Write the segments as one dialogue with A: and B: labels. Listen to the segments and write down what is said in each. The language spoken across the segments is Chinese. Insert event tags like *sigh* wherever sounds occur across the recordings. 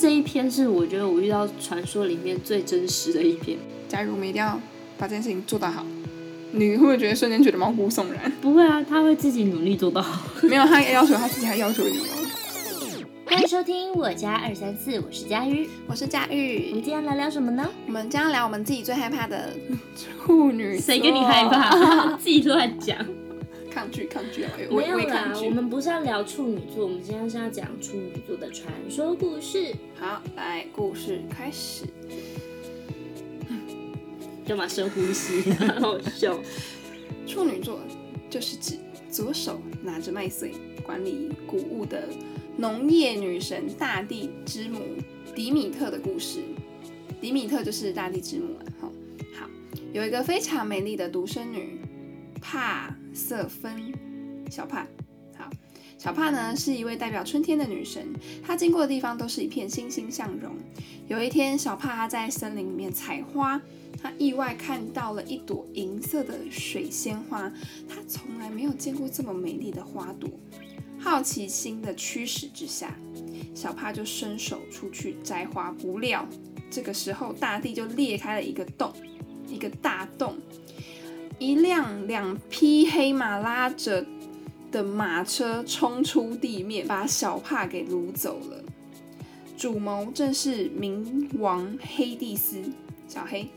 A: 这一篇是我觉得我遇到传说里面最真实的一篇。
B: 假如我们一定要把这件事情做到好，你会不会觉得瞬间觉得毛骨悚然？
A: 不会啊，他会自己努力
C: *laughs*
A: 做到。
B: 没有，他要求他自己还要求你哦。
C: 欢迎收听我家二三四，我是佳瑜。
B: 我是佳
C: 我们
B: 玉，
C: 今天来聊什么呢？
B: 我们将要聊我们自己最害怕的处女座
A: 谁跟你害？怕？ *laughs* 自己
C: *laughs*
A: 乱讲。
B: 抗拒，抗拒啊！
C: 哦
B: 我
C: 没
B: 也
C: 有
B: 我也
C: 啦
B: 抗，拒
C: 我。们不是要聊处女座，我们今天是要讲处女座的传说故事。
B: 好，来，故事开始。
A: 干嘛深呼吸、 *laughs* 啊？好笑。
B: 处女座就是指左手拿着麦穗，管理谷物的农业女神大地之母迪米特的故事。迪米特就是大地之母了。好，好，有一个非常美丽的独生女帕瑟芬，小帕。好，小帕呢是一位代表春天的女神，她经过的地方都是一片欣欣向荣。有一天，小帕她在森林里面采花，他意外看到了一朵银色的水仙花，他从来没有见过这么美丽的花朵。好奇心的驱使之下，小帕就伸手出去摘花，不料这个时候大地就裂开了一个洞，一个大洞，一辆两匹黑马拉着的马车冲出地面，把小帕给掳走了。主谋正是冥王黑帝斯，小黑。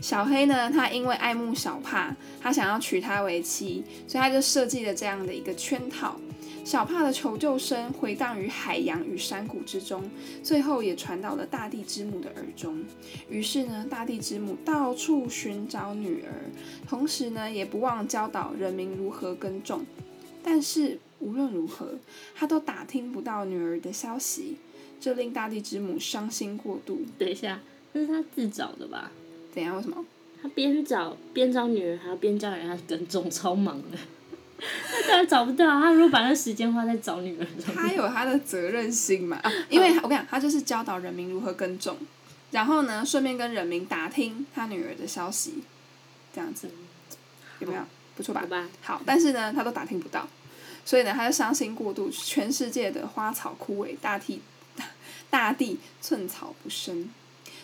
B: 小黑呢，他因为爱慕小帕，他想要娶她为妻，所以他就设计了这样的一个圈套。小帕的求救声回荡于海洋与山谷之中，最后也传到了大地之母的耳中。于是呢，大地之母到处寻找女儿，同时呢，也不忘教导人民如何耕种。但是无论如何，他都打听不到女儿的消息，这令大地之母伤心过度。
A: 等一下，这是他自找的吧？
B: 怎样？为什么？
A: 他边找边找女人，还要边叫人家耕种，超忙 *laughs* 的。他当然找不到啊，他如果把那时间花在找女人上面，
B: 他有他的责任心嘛，啊、因为我跟你讲，他就是教导人民如何耕种，然后呢，顺便跟人民打听他女儿的消息，这样子有没有不错吧
A: 好？吧？
B: 好，但是呢，他都打听不到，所以呢，他就伤心过度，全世界的花草枯萎，大地大地寸草不生。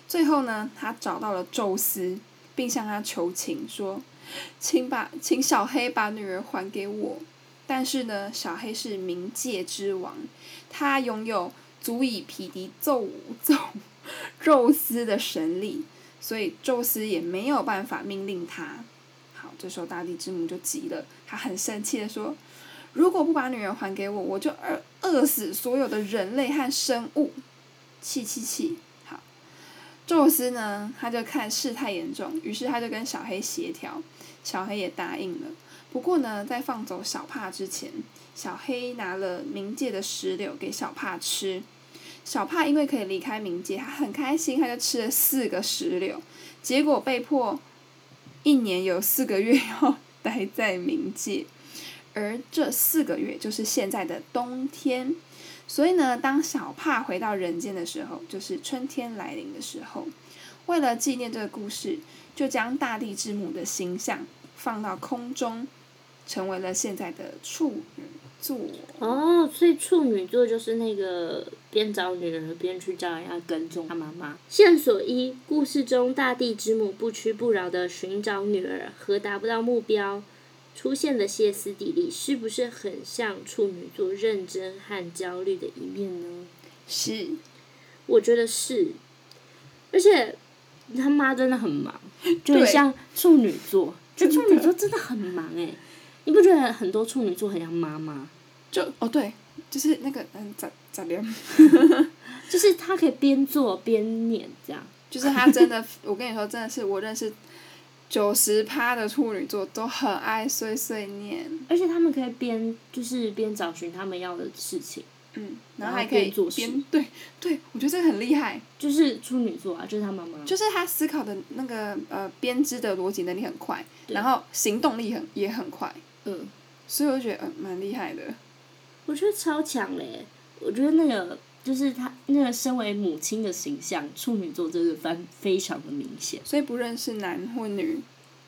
B: 最后呢，他找到了宙斯，并向他求情，说：“请把请小黑把女儿还给我。”但是呢，小黑是冥界之王，他拥有足以匹敌宙宙 *laughs* 宙斯的神力，所以宙斯也没有办法命令他。好，这时候大地之母就急了，她很生气的说：“如果不把女儿还给我，我就饿饿死所有的人类和生物！”气气气！好，宙斯呢，他就看事态严重，于是他就跟小黑协调，小黑也答应了。不过呢，在放走小帕之前，小黑拿了冥界的石榴给小帕吃。小帕因为可以离开冥界，他很开心，他就吃了四个石榴，结果被迫一年有四个月要待在冥界，而这四个月就是现在的冬天。所以呢，当小帕回到人间的时候，就是春天来临的时候。为了纪念这个故事，就将大地之母的形象放到空中，成为了现在的处女座。
A: 哦，所以处女座就是那个边找女人边去叫人家耕种他妈妈。线索一：故事中大地之母不屈不挠的寻找女儿和达不到目标出现的歇斯底里，是不是很像处女座认真和焦虑的一面呢？
B: 是，
A: 我觉得是，而且他妈真的很忙，就很
B: 对
A: 像处女座，就处女座真的很忙哎、你不觉得很多处女座很像妈妈？
B: 就哦对，就是那个嗯，咋咋连，
A: 就是她可以边做边念这样，
B: 就是他真的，我跟你说，真的是我认识九十趴的处女座都很爱碎碎念，
A: 而且他们可以边就是边找寻他们要的事情，
B: 嗯，
A: 然
B: 然
A: 后
B: 后还可以
A: 边做事
B: 边对对，我觉得这个很厉害，
A: 就是处女座啊，就是她妈妈，
B: 就是他思考的那个呃编织的逻辑能力很快，
A: 对
B: 然后行动力很也很快，
A: 嗯，
B: 所以我就觉得嗯蛮厉害的。
A: 我觉得超强嘞、欸我觉得那个就是她那个身为母亲的形象，处女座真的翻非常的明显，
B: 所以不论是男或女，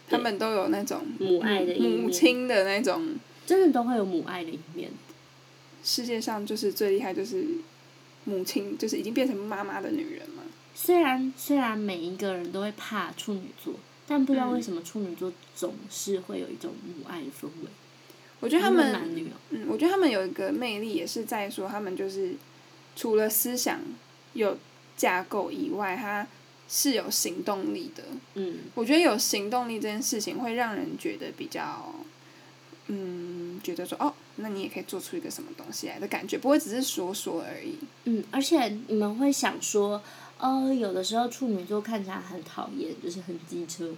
A: 对
B: 他们都有那种
A: 母爱的一面
B: 母亲的那种。
A: 真的都会有母爱的一面。
B: 世界上就是最厉害就是母亲，就是已经变成妈妈的女人嘛。
A: 虽然虽然每一个人都会怕处女座，但不知道为什么处女座总是会有一种母爱的氛围。
B: 我觉得他
A: 无论
B: 们
A: 男女哦，
B: 嗯，我觉得他们有一个魅力，也是在说他们就是除了思想有架构以外，他是有行动力的。
A: 嗯，
B: 我觉得有行动力这件事情会让人觉得比较，嗯，觉得说哦，那你也可以做出一个什么东西来的感觉，不会只是说说而已。
A: 嗯，而且你们会想说，呃，有的时候处女座看起来很讨厌，就是很机车，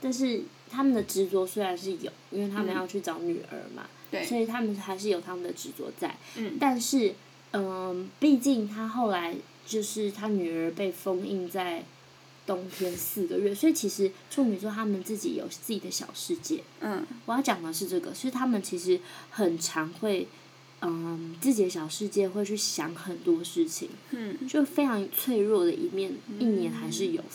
A: 但是他们的执着虽然是有，因为他们
B: 嗯
A: 要去找女儿嘛，
B: 对
A: 所以他们还是有他们的执着在。
B: 嗯
A: 但是，嗯、毕竟他后来就是他女儿被封印在冬天四个月，所以其实处女座他们自己有自己的小世界。
B: 嗯
A: 我要讲的是这个，是他们其实很常会，嗯，自己的小世界会去想很多事情，
B: 嗯，
A: 就非常脆弱的一面，一年还是有的，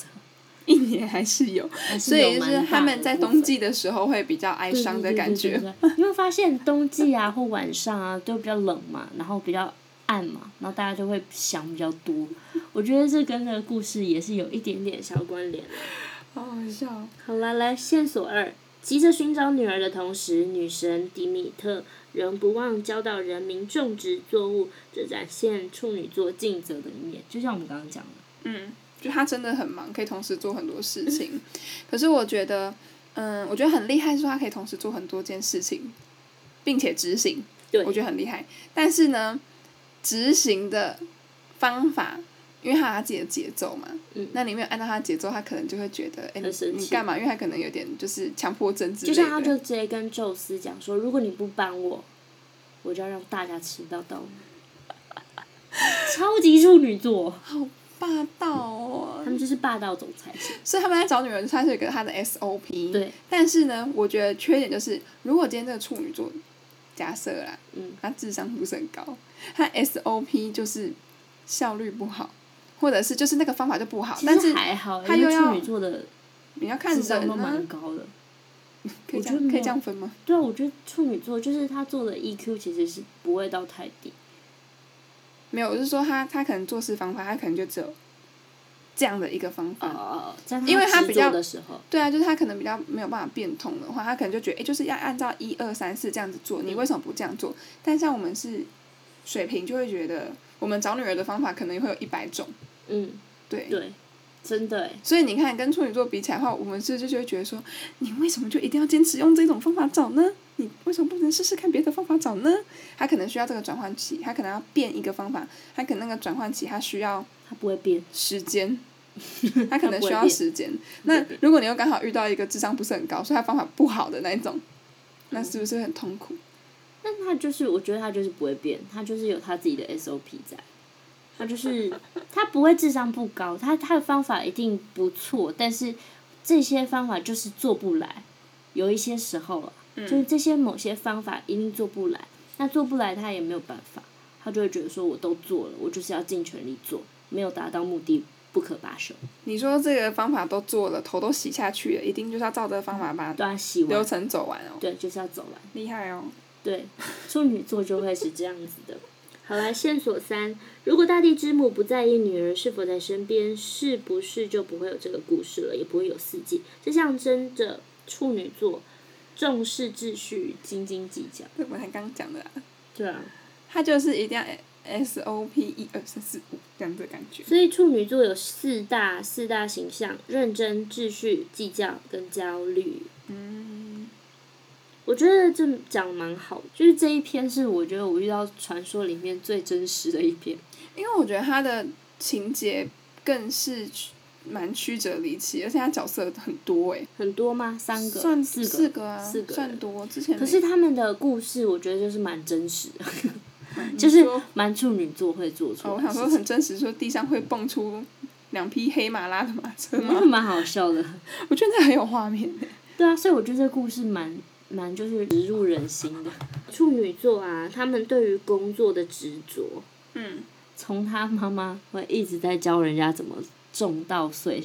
B: 一年还是有，
A: 还是
B: 所以
A: 有
B: 就
A: 蛮
B: 是
A: 大
B: 他
A: 的
B: 们在
A: 部分
B: 冬季的时候会比较哀伤的感
A: 对
B: 觉。
A: 对对对对对你会发现冬季啊或晚上啊都比较冷嘛，然后比较暗嘛，然后大家就会想比较多。我觉得这跟这个故事也是有一点点小关联。
B: 好好笑哦。
A: 好啦，来线索二。急着寻找女儿的同时，女神迪米特仍不忘教导人民种植作物，这展现处女座尽责的一面。就像我们刚刚讲的，
B: 嗯，就他真的很忙，可以同时做很多事情。可是我觉得，嗯，我觉得很厉害，是说他可以同时做很多件事情，并且执行，
A: 对
B: 我觉得很厉害。但是呢，执行的方法，因为他有他自己的节奏嘛，
A: 嗯
B: 那你没有按照他的节奏，他可能就会觉得，哎、
A: 很生
B: 你你
A: 气
B: 干嘛？因为他可能有点就是强迫症之类
A: 就像
B: 的。
A: 他就直接跟宙斯讲说：“如果你不帮我，我就要让大家吃到到你 *laughs* 超级处女座，
B: 霸道哦
A: 他，们就是霸道总裁型。
B: 所以他们在找女人，他是有一个他的 SOP。
A: 对，
B: 但是呢，我觉得缺点就是，如果今天这个处女座，假设啦，
A: 嗯，
B: 他智商不是很高，他 SOP 就是效率不好，或者是就是那个方法就不好，
A: 其
B: 但
A: 实
B: 是
A: 还好，
B: 他
A: 因
B: 又
A: 为处
B: 要
A: 女座的
B: 你要看
A: 智商
B: 人
A: 都蛮
B: 呢，
A: 高的。
B: 可以
A: 我
B: 这
A: 觉得
B: 样
A: 没
B: 可以
A: 有
B: 这样分吗？
A: 对啊，我觉得处女座就是他做的 EQ 其实是不会到太低。
B: 没有，我是说他他可能做事方法，他可能就只有这样的一个方法。
A: 哦，在
B: 因为
A: 他
B: 他比
A: 执
B: 较
A: 着的时候，
B: 对啊，就是他可能比较没有办法变通的话，他可能就觉得，哎，就是要按照一二三四这样子做，
A: 嗯
B: 你为什么不这样做？但像我们是水平，就会觉得我们找女儿的方法可能会有一百种，
A: 嗯，
B: 对，
A: 对，真的欸，
B: 所以你看，跟处女座比起来的话，我们是就就会觉得说，你为什么就一定要坚持用这种方法找呢？你为什么不能试试看别的方法找呢？他可能需要这个转换期，他可能要变一个方法，他可能那个转换期他需要
A: 他不会变。*laughs*
B: 时间，他可能
A: 他不
B: 需要
A: 会变
B: 时间。那如果你又刚好遇到一个智商不是很高，所以他方法不好的那一
A: 嗯
B: 种，那是不是很痛苦？
A: 但他就是，我觉得他就是不会变，他就是有他自己的 SOP 在。他就是 *laughs* 他不会智商不高，他他的方法一定不错，但是这些方法就是做不来。有一些时候啊，
B: 嗯
A: 就是这些某些方法一定做不来，那做不来他也没有办法，他就会觉得说我都做了，我就是要尽全力做，没有达到目的不可罢休，
B: 你说这个方法都做了，头都洗下去了，一定就是要照这个方法把
A: 都要洗
B: 流
A: 完，
B: 程走完
A: 啊
B: 哦，
A: 对，就是要走完。
B: 厉害哦。
A: 对，处女座就会是这样子的。好来，线索三：如果大地之母不在意女儿是否在身边，是不是就不会有这个故事了，也不会有四季？这象征着处女座重视秩序、斤斤计较。
B: 这我才刚讲的啦。
A: 对啊，
B: 他就是一定要 SOP 一二 E，呃三四五这样子的感觉。
A: 所以处女座有四大四大形象：认真、秩序、计较跟焦虑。
B: 嗯，
A: 我觉得这讲得蛮好的，就是这一篇是我觉得我遇到传说里面最真实的一篇。
B: 因为我觉得他的情节更是曲蛮曲折离奇，而且他角色很多哎、
A: 很多吗？三个、
B: 算
A: 四个、
B: 四个啊，
A: 四个
B: 算
A: 人
B: 多。之前
A: 可是他们的故事，我觉得就是蛮真实的，
B: 嗯
A: 就
B: 你
A: 是
B: 说
A: 蛮处女座会做出
B: 哦，我
A: 来的
B: 想
A: 事
B: 说
A: 情，
B: 很真实，说地上会蹦出两匹黑马拉的马车 *laughs* 吗？
A: 蛮好笑的。 *laughs*
B: 我觉得那很有画面哎、
A: 对啊，所以我觉得这故事蛮蛮就是植入人心的。处女座啊，他们对于工作的执着，
B: 嗯，
A: 从他妈妈会一直在教人家怎么种稻穗，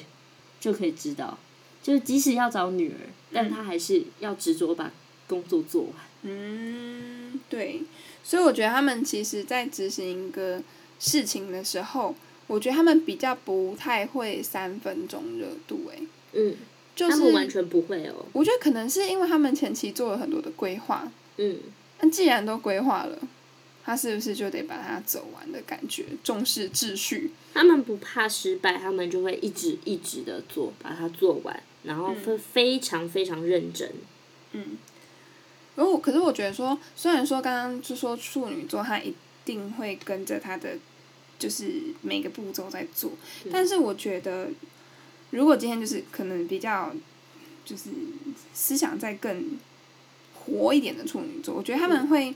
A: 就可以知道，就是即使要找女儿，
B: 嗯
A: 但他还是要执着把工作做完。
B: 嗯，对，所以我觉得他们其实在执行一个事情的时候，我觉得他们比较不太会三分钟热度、欸，
D: 嗯，
B: 就
D: 他们完
B: 是
D: 全不会哦，
B: 我觉得可能是因为他们前期做了很多的规划，
D: 嗯，
B: 但既然都规划了，他是不是就得把它走完的感觉？重视秩序，
D: 他们不怕失败，他们就会一直一直的做，把它做完，然后非非常非常认真，
B: 嗯。然后我，可是我觉得说，虽然说刚刚就说处女座他一定会跟着他的就是每个步骤在做，但是我觉得，如果今天就是可能比较就是思想再更活一点的处女座，我觉得他们会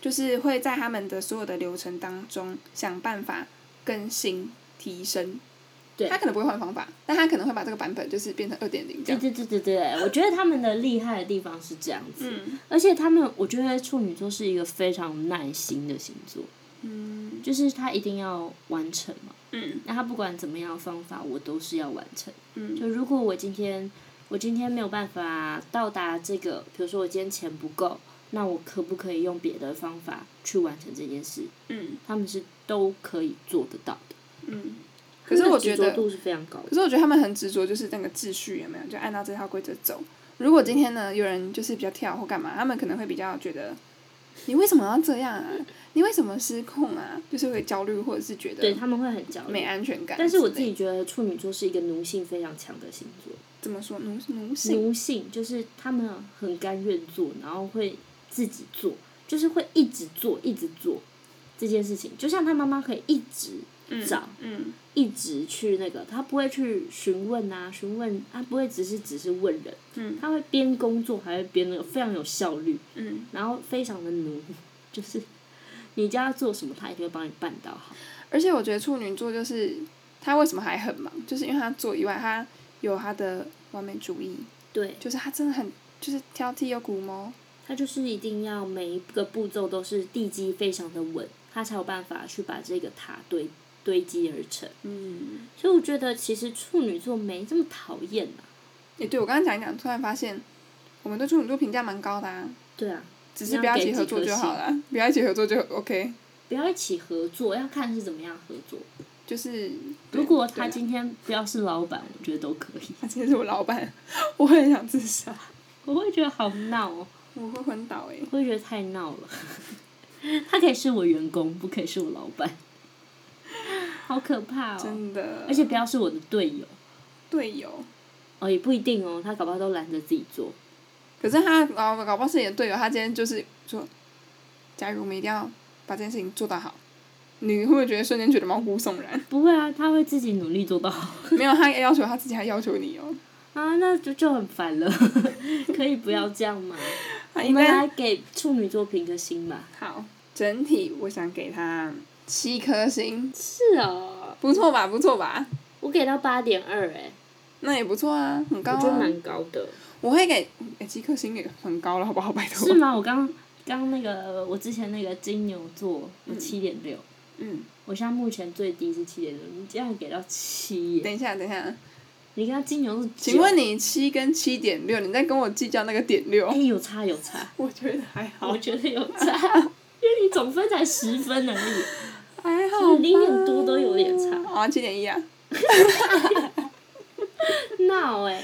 B: 就是会在他们的所有的流程当中想办法更新提升。
A: 对
B: 他可能不会换方法，但他可能会把这个版本就是变成二点零这
A: 对
B: 样。
A: 对对对对，我觉得他们的厉害的地方是这样子，
B: 嗯
A: 而且他们，我觉得处女座是一个非常有耐心的星座，
B: 嗯
A: 就是他一定要完成嘛，
B: 嗯
A: 那他不管怎么样的方法，我都是要完成。
B: 嗯
A: 就如果我今天我今天没有办法到达这个，比如说我今天钱不够，那我可不可以用别的方法去完成这件事？
B: 嗯
A: 他们是都可以做得到的。
B: 嗯。可
D: 可
B: 是我觉
D: 执
B: 得
D: 着，度是非常高的
B: 可，是我觉得他们很执着，就是那个秩序有没有，就按照这套规则走。如果今天呢，有人就是比较跳或干嘛，他们可能会比较觉得，你为什么要这样啊？你为什么失控啊？就是会焦虑，或者是觉
D: 对
B: 得
D: 他们会很焦
B: 没
D: 虑。
B: 安全感之类的。
A: 但是我自己觉得处女座是一个奴性非常强的星座，
B: 怎么说奴奴性？
A: 奴性就是他们很甘愿做，然后会自己做，就是会一直做，一直做这件事情。就像他妈妈可以一直
B: 嗯
A: 找
B: 嗯
A: 一直去那个，他不会去询问啊，询问他不会只是只是问人，
B: 嗯
A: 他会边工作还会边那个非常有效率，
B: 嗯。
A: 然后非常的奴， *laughs* 就是你叫他做什么，他一定会帮你办到好。
B: 而且我觉得处女座就是他为什么还很忙，就是因为他做以外，他有他的完美主义，
D: 对，
B: 就是他真的很就是挑剔又古摸。
D: 他就是一定要每一个步骤都是地基非常的稳，他才有办法去把这个塔堆堆积而成。
B: 嗯。
D: 所以我觉得其实处女座没这么讨厌啊。
B: 也对，我刚刚讲一讲，突然发现我们对处女座评价蛮高的啊，
D: 对啊，
B: 只是不要一起合作就好了，不要一起合作就 OK。
A: 不要一起合作，要看是怎么样合作。
B: 就是
A: 如果他
B: 对啊
A: 今天不要是老板，我觉得都可以。 *laughs*
B: 他今天是我老板，我会很想自杀，
A: 我会觉得好闹哦，
B: 我会昏倒哎、
A: 我会觉得太闹了。 *laughs* 他可以是我员工，不可以是我老板， *laughs* 好可怕哦！
B: 真的。
A: 而且不要是我的队友
B: 队友，
A: 哦，也不一定哦，他搞不好都懒得自己做。
B: 可是他哦搞搞不好是你的队友，他今天就是说，假如我们一定要把这件事情做到好，你会不会觉得瞬间觉得毛骨悚然？ *laughs*
A: 不会啊，他会自己努力做到好
B: 没有，他要求他自己，还要求你哦。
A: *laughs* 啊，那就就很烦了。 *laughs* 可以不要这样 *laughs* 吗？
B: *laughs* 他
A: 我
B: 应
A: 们
B: 该
A: 来给处女座评个星吧。
B: 好，整体我想给他七颗星，
D: 是哦，
A: 啊
B: 不错吧？不错吧？
D: 我给到八点二
A: 欸
D: 哎，
B: 那也不错啊，很高
D: 我觉得
B: 啊。
D: 蛮高的。
A: 哦
B: 我会给诶七颗星也很高了，好不好？拜
A: 是
B: 托。
A: 吗？我刚刚那个我之前那个金牛座，我七点六，
B: 嗯，
A: 我现在目前最低是七点六，你这样给到七耶？
B: 等一下，等一下，
A: 你跟他金牛是
B: 请问
A: 你？
B: 你七跟七点六，你在跟我计较那个点
A: 哎、
B: 六？
A: 有差有差，
B: 我觉得还好
A: 我，觉得有 *laughs* 差，因为你总分才十分而已，
B: 还好
A: 就
B: 吧
A: 是零点多都有点差。
B: 啊，七点一啊。
A: 闹哎、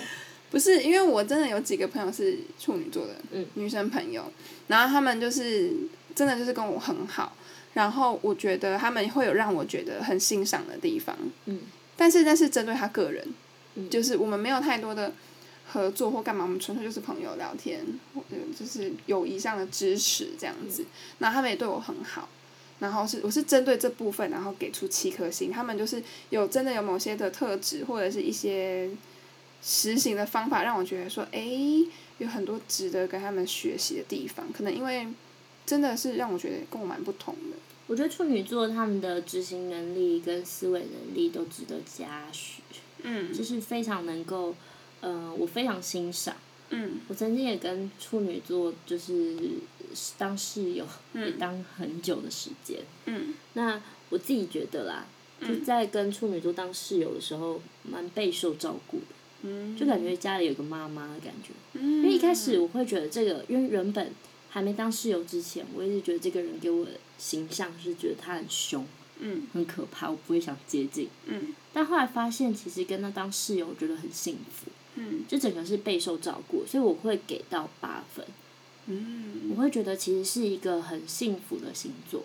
B: 不是，因为我真的有几个朋友是处女座的，
D: 嗯
B: 女生朋友，然后他们就是真的就是跟我很好，然后我觉得他们会有让我觉得很欣赏的地方，
D: 嗯，
B: 但是那是针对他个人，
D: 嗯
B: 就是我们没有太多的合作或干嘛，我们纯粹就是朋友聊天，或者就是友谊上的支持这样
D: 嗯
B: 子，那、他们也对我很好。然后是我是针对这部分，然后给出七颗星。他们就是有真的有某些的特质或者是一些实行的方法，让我觉得说，诶，有很多值得跟他们学习的地方。可能因为真的是让我觉得跟我蛮不同的。
A: 我觉得处女座他们的执行能力跟思维能力都值得嘉许，
B: 嗯
A: 就是非常能够，呃，我非常欣赏。
B: 嗯
A: 我曾经也跟处女座就是当室友，也
B: 嗯
A: 当很久的时间。
B: 嗯
A: 那我自己觉得啦，就在跟处女座当室友的时候，蛮备受照顾的，
B: 嗯，
A: 就感觉家里有个妈妈的感觉。
B: 因
A: 因为一开始我会觉得这个，因为原本还没当室友之前，我一直觉得这个人给我的形象是觉得他很凶，
B: 嗯
A: 很可怕，我不会想接近。
B: 嗯
A: 但后来发现，其实跟他当室友，我觉得很幸福，
B: 嗯
A: 就整个是备受照顾，所以我会给到八分。我
B: 嗯
A: 会觉得其实是一个很幸福的星座，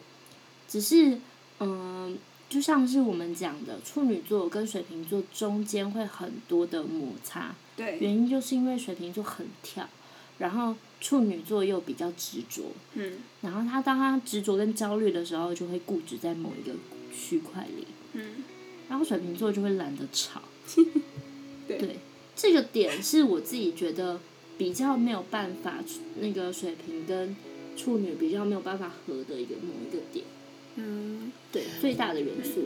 A: 只是嗯，就像是我们讲的，处女座跟水瓶座中间会很多的摩擦，
B: 对，
A: 原因就是因为水瓶座很跳，然后处女座又比较执着，
B: 嗯
A: 然后他当他执着跟焦虑的时候，就会固执在某一个区块里，
B: 嗯
A: 然后水瓶座就会懒得吵。
B: *laughs* 对，
A: 对，这个点是我自己觉得比较没有办法，那个水瓶跟处女比较没有办法合的一个某一个点，
B: 嗯，
A: 对，最大的元素。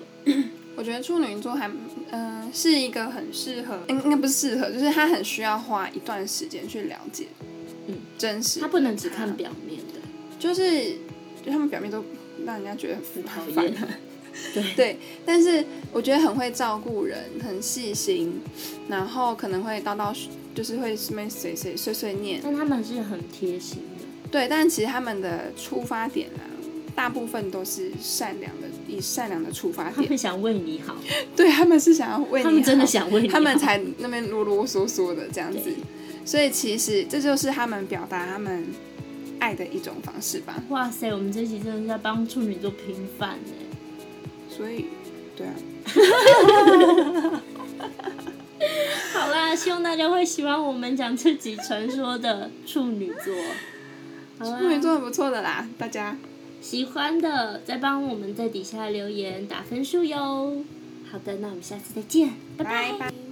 B: 我觉得处女座还嗯、是一个很适合，应应该不是适合，就是他很需要花一段时间去了解，
A: 嗯，
B: 真实的
A: 他
B: 他，
A: 不能只看表面的，
B: 就是就他们表面都让人家觉得很
A: 很讨
B: 烦
A: 厌。对
B: 对，但是我觉得很会照顾人，很细心，然后可能会叨叨，就是会什么碎碎碎碎念。
A: 但他们是很贴心
B: *laughs*
A: 的，
B: 对，但其实他们的出发点啊，大部分都是善良的，以善良的出发
A: 他们
B: 点。
A: 想为你好，
B: 对，他们是想要哎为你
A: 他们真的
B: 好
A: 想为你好，
B: 他们才那边啰啰嗦嗦的这样子
A: 对。
B: 所以其实这就是他们表达他们爱的一种方式吧。
A: 哇塞，我们这集真的是在帮处女座平反哎，
B: 所以，对啊，
A: 好啦，希望大家会喜欢我们讲这集传说的处女座。好啊啦
B: 处女座很不错的啦，大家。
A: 喜欢的再帮我们在底下留言打分数哟。好的，那我们下次再见，拜拜。
B: 拜拜